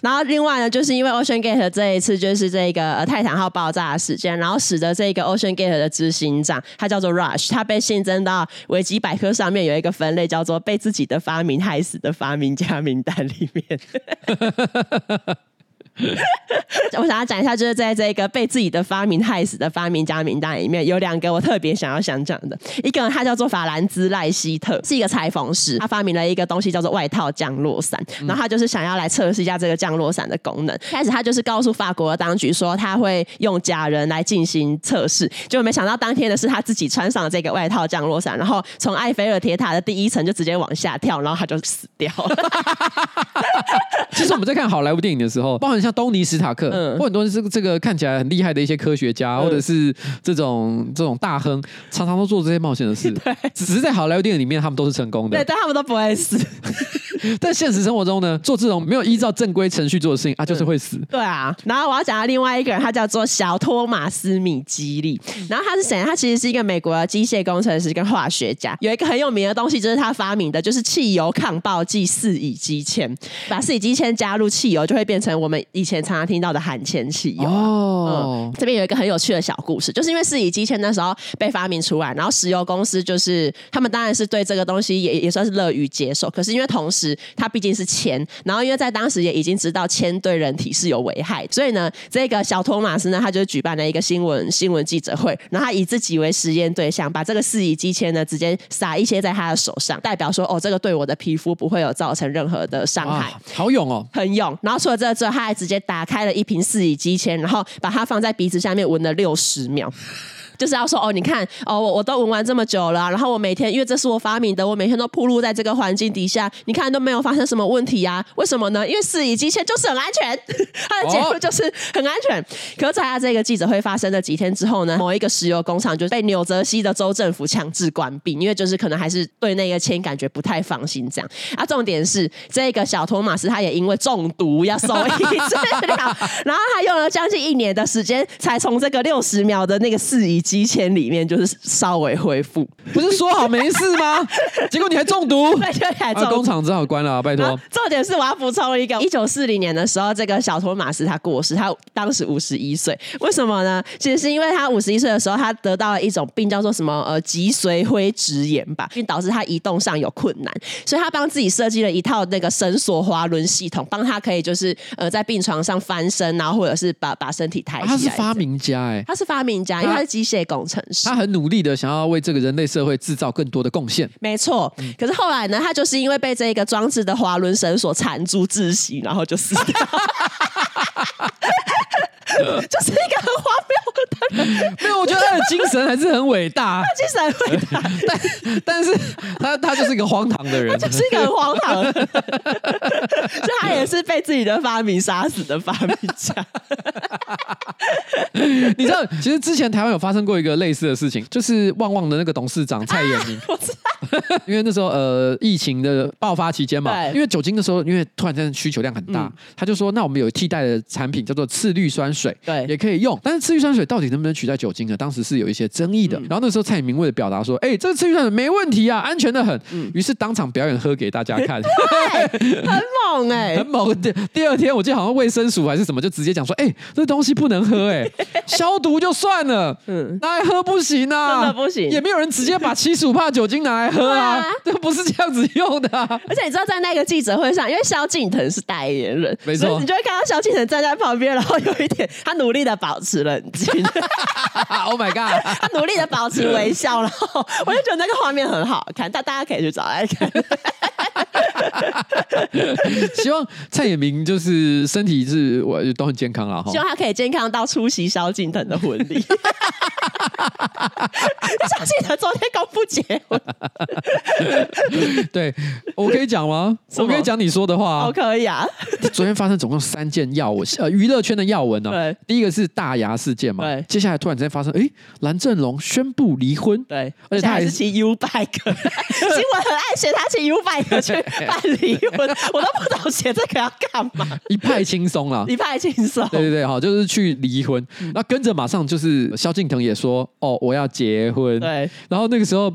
然后另外呢，就是因为 Ocean Gate 这一次就是这个、呃、泰坦号爆炸的事件，然后使得这个 Ocean Gate 的执行长，他叫做 Rush，他被新增到维基百科上面有一个分类叫做被自己的发明害死的发明家名单里面。我想要讲一下，就是在这个被自己的发明害死的发明家名单里面，有两个我特别想要想讲的。一个他叫做法兰兹赖希特，是一个裁缝师，他发明了一个东西叫做外套降落伞，然后他就是想要来测试一下这个降落伞的功能。开始他就是告诉法国的当局说他会用假人来进行测试，结果没想到当天的是他自己穿上了这个外套降落伞，然后从埃菲尔铁塔的第一层就直接往下跳，然后他就死掉了。 其实我们在看好莱坞电影的时候，包含像东尼史塔克，嗯或很多这个这个看起来很厉害的一些科学家，或者是这种这种大亨，常常都做这些冒险的 事。只是在好莱坞电影里面，他们都是成功对，的。但他们都不会死。但现实生活中呢，做这种没有依照正规程序做的事情啊，就是会死。对啊，然后我要讲到另外一个人，他叫做小托马斯米基利，然后他是谁呢？他其实是一个美国的机械工程师跟化学家，有一个很有名的东西就是他发明的，就是汽油抗爆剂四乙基铅，把四乙基铅加入汽油，就会变成我们以前常常听到的含铅汽油。哦嗯，，这边有一个很有趣的小故事，就是因为四乙基铅那时候被发明出来，然后石油公司就是他们当然是对这个东西也也算是乐于接受，可是因为同时它毕竟是铅，然后因为在当时也已经知道铅对人体是有危害，所以呢，这个小托马斯呢，他就举办了一个新闻新闻记者会，然后他以自己为实验对象，把这个四乙基铅呢直接撒一些在他的手上，代表说哦，这个对我的皮肤不会有造成任何的伤害。哇，好勇哦！很勇。然后除了这个之后，他还直接打开了一瓶四乙基铅，然后把它放在鼻子下面闻了六十秒。就是要说哦，你看哦，我我都闻完这么久了啊、然后我每天因为这是我发明的，我每天都暴露在这个环境底下，你看都没有发生什么问题呀、啊为什么呢？因为四乙基铅就是很安全，它的结论就是很安全。可是在他这个记者会发生的几天之后呢，某一个石油工厂就被纽泽西的州政府强制关闭，因为就是可能还是对那个铅感觉不太放心这样。啊，重点是这个小托马斯他也因为中毒要收医治疗，然后他用了将近一年的时间，才从这个六十秒的那个四乙基铅里面，就是稍微恢复，不是说好没事 吗？结果你还中毒，对，就才啊，中毒工。厂只好关了啊，拜然托后。重点是我要补充一个，一九四零年的时候，这个小托马斯他过世，他当时五十一岁。为什么呢？其实是因为他五十一岁的时候，他得到了一种病，叫做什么呃脊髓灰质炎吧，并导致他移动上有困难，所以他帮自己设计了一套那个绳索滑轮系统，帮他可以就是呃在病床上翻身，然后或者是把把身体抬起来、啊他是发。明家哎、他是发明家，因为他是机械工程师他。很努力的想要为这个人类社会制造更多的贡献。 没错，可是后来呢，他就是因为被这个装置的滑轮绳索缠住窒息，然后就死掉。 就是一个很荒谬的人，没有，我觉得他的精神还是很伟大，精神会打，但是他他就是一个荒唐的人。就是一个很荒唐的 人，所以他也是被自己的发明杀死的发明家。你知道，其实之前台湾有发生过一个类似的事情，就是旺旺的那个董事长蔡衍明，啊我知道， 因为那时候呃疫情的爆发期间嘛，对嗯因为酒精的时候，因为突然间需求量很大，他就说那我们有替代的产品叫做次氯酸水，对也可以用，但是次氯酸水到底能不能取代酒精呢？当时是有一些争议嗯的。然后那时候蔡衍明为了表达说，哎、这个次氯酸水没问题啊，安全的很，嗯于是当场表演喝给大家 看。 很猛哎、很猛。欸第第二天，我记得好像卫生署还是什么，就直接讲说：“哎、这东西不能喝、 哎，消毒就算了，嗯，拿来喝不行啊，真的不行也没有人直接把七十五帕酒精拿来科啊对啊，这不是这样子用的啊。 而且你知道，在那个记者会上，因为萧敬腾是代言人，没错所以你就会看到萧敬腾站在旁边，然后有一点他努力的保持冷静， oh my god！ 他努力的保持微笑，然后我就觉得那个画面很好看，大大家可以去找来看。希望蔡衍明就是身体是我都很健康了哈希。望他可以健康到出席萧敬腾的婚 礼。萧敬腾昨天公布结婚，对，我可以讲吗？什我么可以讲你说的话啊好。可以啊，昨天发生总共三件要闻，呃，娱乐圈的要闻呢、对第一个是大牙事件嘛对，接下来突然之间发生，诶，蓝正龙宣布离婚，对，而且他还还是是骑 U bike，新 闻很爱写他骑 U bike 去办离婚，我都不懂写这个要干 嘛，一派轻松啦。 一嗯派轻松。对对对，好，就是去离婚，那跟着马上就是萧敬腾也说，哦，我要结婚。对，然后那个时候，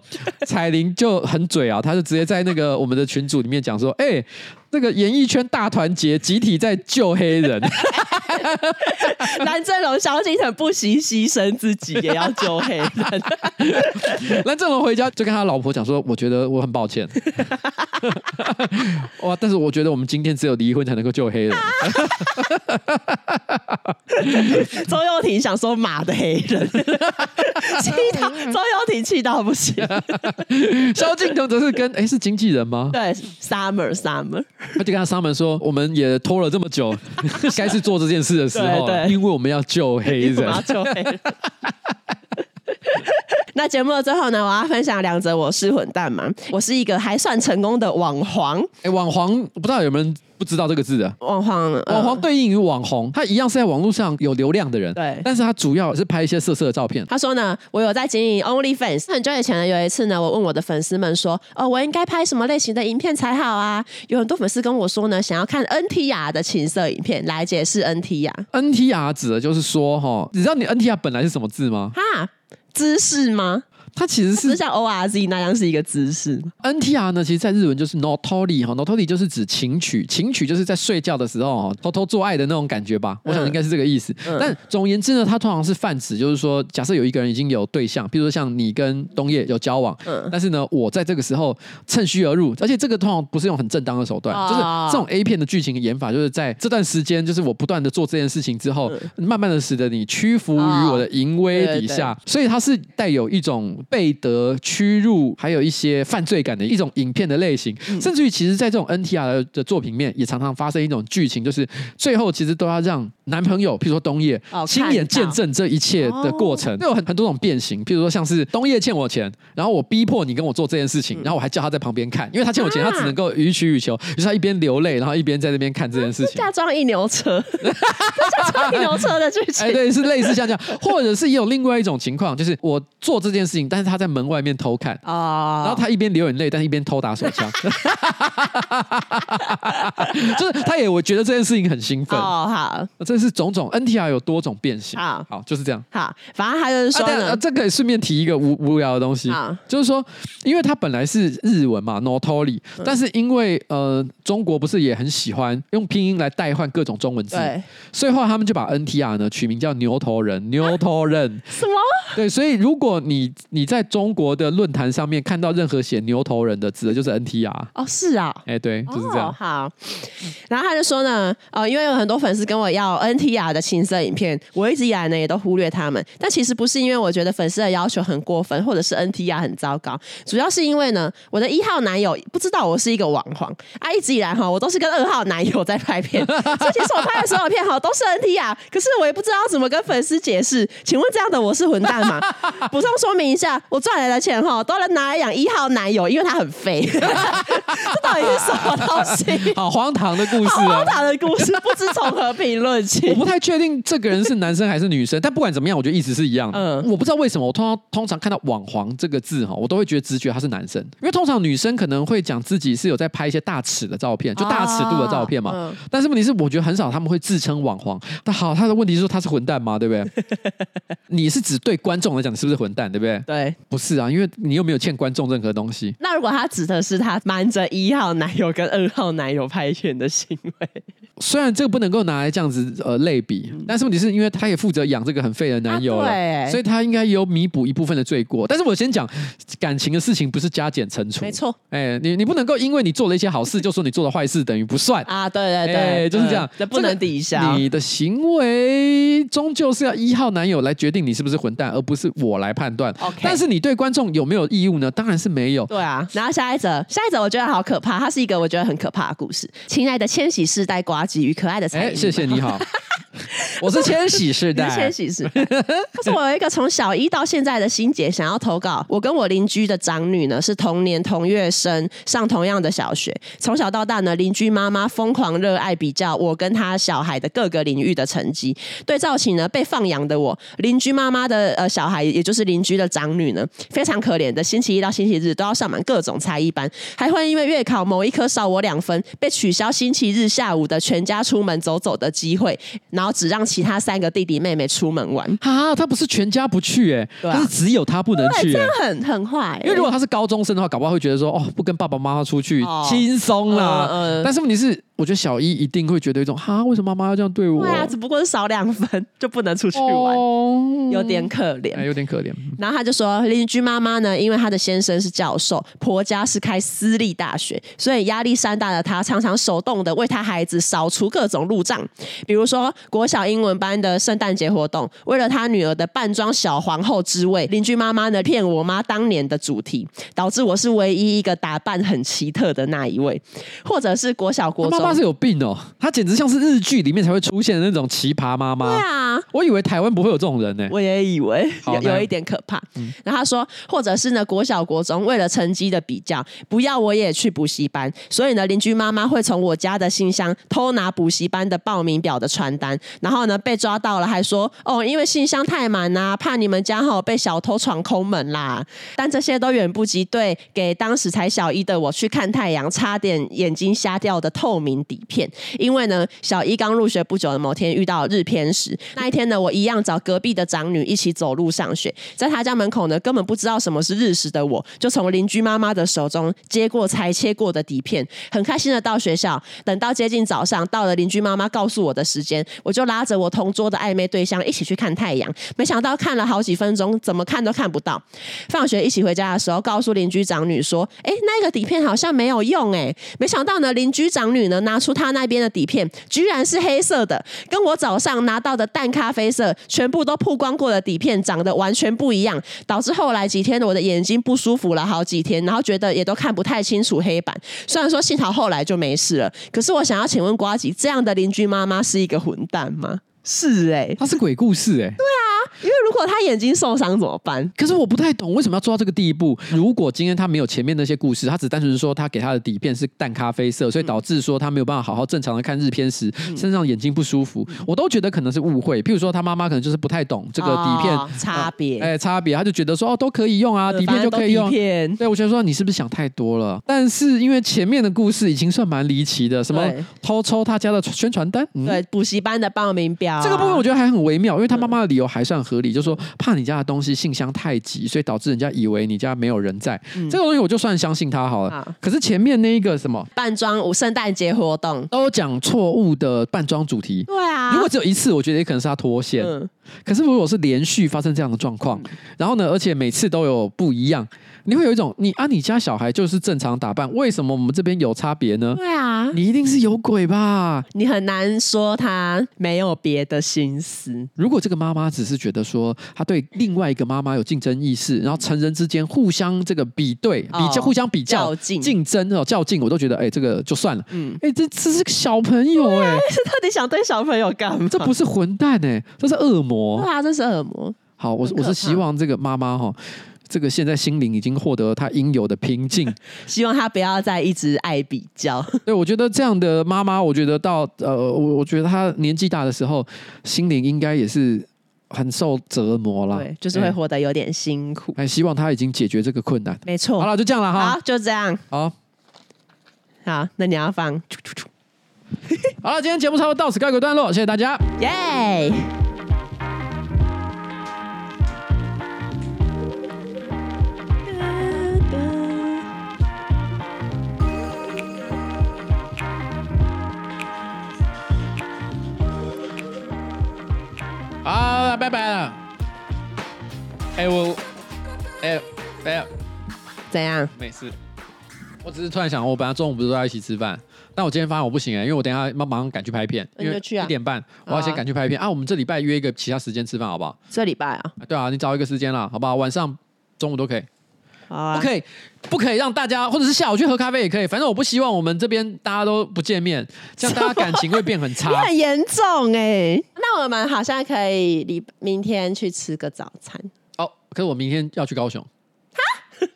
彩玲就很嘴啊，她就直接在那个我们的群组里面讲说，哎、那个演艺圈大团结，集体在救黑人。 蓝正龙、萧敬腾不惜牺牲自己也要救黑人，蓝正龙回家就跟他老婆讲说：“我觉得我很抱歉， 哇！但是我觉得我们今天只有离婚才能够救黑人。周又廷想说马的黑 人，气到周又廷气到不行。萧敬腾则是跟哎、是经纪人吗？对，Summer Summer，他就跟他商门说：我们也拖了这么久， 该是做这件事的时候了，对对因为我们要救 黑为什人么。要救黑人？那节目的最后呢，我要分享两则我是混蛋嘛，我是一个还算成功的网黄，哎、网黄不知道有没有人不知道这个字的。”网黄，呃网黄对应于网红，他一样是在网络上有流量的人，对但是他主要是拍一些色色的照片。他说呢，我有在经营 OnlyFans。很久以前呢，有一次呢，我问我的粉丝们说，哦，我应该拍什么类型的影片才好啊？有很多粉丝跟我说呢，想要看 NTR 的情色影片，来解释 NTR。 NTR 指的就是说，哈，你知道你 NTR 本来是什么字吗？哈，姿势吗？它其实不是是像 ORZ 那样是一个姿势吗？ NTR 呢，其实在日文就是 notori 哈，notori 就是指情趣，情趣就是在睡觉的时候哈偷偷做爱的那种感觉吧，我想应该是这个意思。但总而言之呢，它通常是泛指，就是说，假设有一个人已经有对象，譬如说像你跟东野有交往，嗯但是呢，我在这个时候趁虚而入，而且这个通常不是用很正当的手段，哦就是这种 A 片的剧情演法，就是在这段时间，就是我不断的做这件事情之后，慢慢的使得你屈服于我的淫威底下。所以它是带有一种被得、屈辱，还有一些犯罪感的一种影片的类型，嗯甚至于其实，在这种 NTR 的作品里面，也常常发生一种剧情，就是最后其实都要让男朋友，譬如说东野哦，亲看哦眼到见证这一切的过程，都有很很多种变形，譬如说像是东野欠我钱，然后我逼迫你跟我做这件事嗯情，然后我还叫他在旁边看，因为他欠我钱，啊他只能够予取予求，于是他一边流泪，然后一边在那边看这件事情。嫁妆一牛车， 嫁妆一牛车的剧情。哎，对，是类似像这样， 或者是也有另外一种情况，就是我做这件事情，但是他在门外面偷看，哦，然后他一边流眼泪，但是一边偷打手 枪，就是他也我觉得这件事情很兴奋。哦，好这是种种 NTR 有多种变形，好好就是这样。好，反正他就是啊说啊对啊呢啊，这可以顺便提一个无无聊的东西啊，就是说，因为它本来是日文嘛，notori，、但嗯是因为呃，中国不是也很喜欢用拼音来代换各种中文字，对所以后来他们就把 NTR 呢取名叫牛头人， 牛头人。什么？对，所以如果你你在中国的论坛上面看到任何写牛头人的字，就是 NTR。哦，是啊、哎，对，就是这哦样。。好，然后他就说呢，呃，因为有很多粉丝跟我要 NTR 的情色影片，我一直以来呢也都忽略他们，但其实不是因为我觉得粉丝的要求很过分，或者是 NTR 很糟糕，主要是因为呢，我的一号男友不知道我是一个网黄啊，一直以来哈，我都是跟二号男友在拍 片，所以其实我拍的所有片哈都是 NTR，可是我也不知道怎么跟粉丝解释，请问这样的我是混蛋吗？补充说明一下，我赚来的钱哈都能拿来养一号男友，因为他很肥，这到底是什么东西？好荒唐的故事 好荒啊！唐的故事，不知从何评论我起。不太确定这个人是男生还是女生，但不管怎么样，我觉得意思是一样的。嗯我不知道为什么，我通常通常看到“网黄”这个字哈，我都会觉得直觉他是男生，因为通常女生可能会讲自己是有在拍一些大尺的照片，就大尺度的照片嘛。哦嗯但是问题是，我觉得很少他们会自称网黄。但好，他的问题是说他是混蛋吗？对不 对？你是指对观众来讲，你是不是混蛋？对不对？对，不是啊，因为你又没有欠观众任何东西。那如果他指的是他瞒着一号男友跟二号男友拍片的行为，虽然这个不能够拿来这样子呃类比，但是问题是因为她也负责养这个很废的男友了，嗯啊对所以她应该有弥补一部分的罪过。但是我先讲感情的事情，不是加减乘除，没错。哎、你你不能够因为你做了一些 好事，就说你做了坏事等于不算。啊，对对哎对，就是这样嗯这不能抵消。你的行为终究是要一号男友来决定你是不是混蛋，而不是我来判断。 OK 但是你对观众有没有义务呢？当然是没有。对啊，然后下一则，下一则我觉得好可怕，它是一个我觉得很可怕的故事。亲爱的千禧世代瓜吉与可爱的彩哎、铃谢谢你 好，我是千禧世你代是，千禧世代。他说我有一个从小一到现在的心结，想要投稿。我跟我邻居的长女呢是同年同月生，上同样的小学。从小到大呢，邻居妈妈疯狂热爱比较我跟她小孩的各个领域的成绩。对照起呢，被放养的我，邻居妈妈的呃小孩，也就是邻居的长女呢，非常可怜的，星期一到星期日都要上满各种才艺班，还会因为月考某一科少我两分，被取消星期日下午的全家出门走走的机会，然后只让其他三个弟弟妹妹出门玩。啊，他不是全家不去、哎、对啊他是只有他不能对，去、这哎样很很坏、因为如果他是高中生的话，搞不好会觉得说，哦，不跟爸爸妈妈出去哦轻松啦。嗯嗯但是问题是，我觉得小一一定会觉得一种，哈，为什么妈妈要这样对我？对啊，只不过是少两分就不能出去玩，哦有点可怜。哎，有点可怜。然后他就说，邻居妈妈呢，因为她的先生是教授，婆家是开私立大学，所以压力山大的她常常手动的为她孩子扫除各种路障，比如说国小英文班的圣诞节活动，为了她女儿的扮装小皇后之位，邻居妈妈呢骗我妈当年的主题，导致我是唯一一个打扮很奇特的那一位，或者是国小国他中，妈妈是有病哦，她简直像是日剧里面才会出现的那种奇葩妈对妈。啊，我以为台湾不会有这种人呢。我也以为好有那嗯有一点可怕。然后他说，或者是呢，国小国中为了成绩的比较，不要我也去补习班，所以呢，邻居妈妈会从我家的信箱偷拿补习班的报名表的传单，然后呢被抓到了，还说哦，因为信箱太满啦、怕你们家哈被小偷闯空门啦。但这些都远不及对给当时才小一的我去看太阳，差点眼睛瞎掉的透明底片。因为呢，小一刚入学不久的某天遇到日偏食，那一天呢，我一样找隔壁的长女一起走路上学，在她家门口呢，根本不知道什么是日食的我，就从邻居妈妈的手中接过裁切过的底片，很开心的到学校。等到接近早上，到了邻居妈妈告诉我的时间，我就拉着我同桌的暧昧对象一起去看太阳，没想到看了好几分钟，怎么看都看不到。放学一起回家的时候，告诉邻居长女说：“哎，那个底片好像没有用哎、没想到呢，邻居长女呢拿出她那边的底片，居然是黑色的，跟我早上拿到的淡咖啡色全部都曝光过的底片长得完全不一样，导致后来几天我的眼睛不舒服了好几天，然后觉得也都看不太清楚黑板。虽然说幸好后来就没事了，可是我想要请问瓜吉，这样的邻居妈妈是一个混蛋吗？是哎、她是鬼故事哎，因为如果她眼睛受伤怎么办？可是我不太懂为什么要做到这个地步。如果今天她没有前面那些故事，她只单纯是说她给她的底片是淡咖啡嗯色，所以导致说她没有办法好好正常的看日片时，身上眼睛不舒服，嗯我都觉得可能是误会。譬如说她妈妈可能就是不太懂这个底片哦差别哎、差别，她就觉得说哦都可以用啊，底片就可以用反正都底。片对，我觉得说你是不是想太多了？但是因为前面的故事已经算蛮离奇的，什么对偷抽他家的宣传单，嗯、对嗯补习班的报名表啊、这个部分我觉得还很微妙，因为他妈妈的理由还算合理，就说嗯怕你家的东西信箱太急，所以导致人家以为你家没有人在。这个东西我就算相信他好了。嗯好可是前面那一个什么啊扮装舞圣诞节活动。都讲错误的扮装主题。对啊如果只有一次，我觉得也可能是他脱线。嗯，可是如果是连续发生这样的状况，然后呢，而且每次都有不一样，你会有一种你啊，你家小孩就是正常打扮，为什么我们这边有差别呢？对啊，你一定是有鬼吧？你很难说他没有别的心思。如果这个妈妈只是觉得说她对另外一个妈妈有竞争意识，然后成人之间互相这个比对、哦比较、互相比较、较劲 竞争哦、较劲，我都觉得哎、这个就算了。嗯，啊哎、这这是个小朋友哎、这到底想对小朋友干嘛？这不是混蛋哎、这是恶魔对。啊，这是恶魔。好，我是很我可是希怕望这个妈妈哈，这个现在心灵已经获得她应有的平 静。希望他不要再一直爱比较。对，我觉得这样的妈妈，我觉得到呃，我我觉得她年纪大的时候，心灵应该也是很受折磨啦。对，就是会哎活得有点辛苦。哎，希望他已经解决这个困难。没错。好了，就这样了哦好，哈。就这样。好，好，那你要放，好了，今天节目差不多到此告一个段落，谢谢大家。耶、怎样？没事。我只是突然想，我本来中午不是都要一起吃饭，但我今天发现我不行哎、因为我等一下要马上赶去拍片，那因你为就去啊一点半，我要先赶去拍片啊我们这礼拜约一个其他时间吃饭好不好？这礼拜啊，啊对啊，你找一个时间啦，好不好？晚上、中午都可以，好啊不可以，不可以让大家，或者是下午去喝咖啡也可以，反正我不希望我们这边大家都不见面，这样大家感情会变很 你差。很严重哎、那我们好像可以礼明天去吃个早餐，哦，可是我明天要去高雄。哦那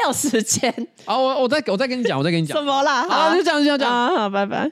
哪有时间？ 啊，我我再我再跟你讲，我再跟你讲怎。么啦？好，就这样，就这样，这样。啊，好，拜拜。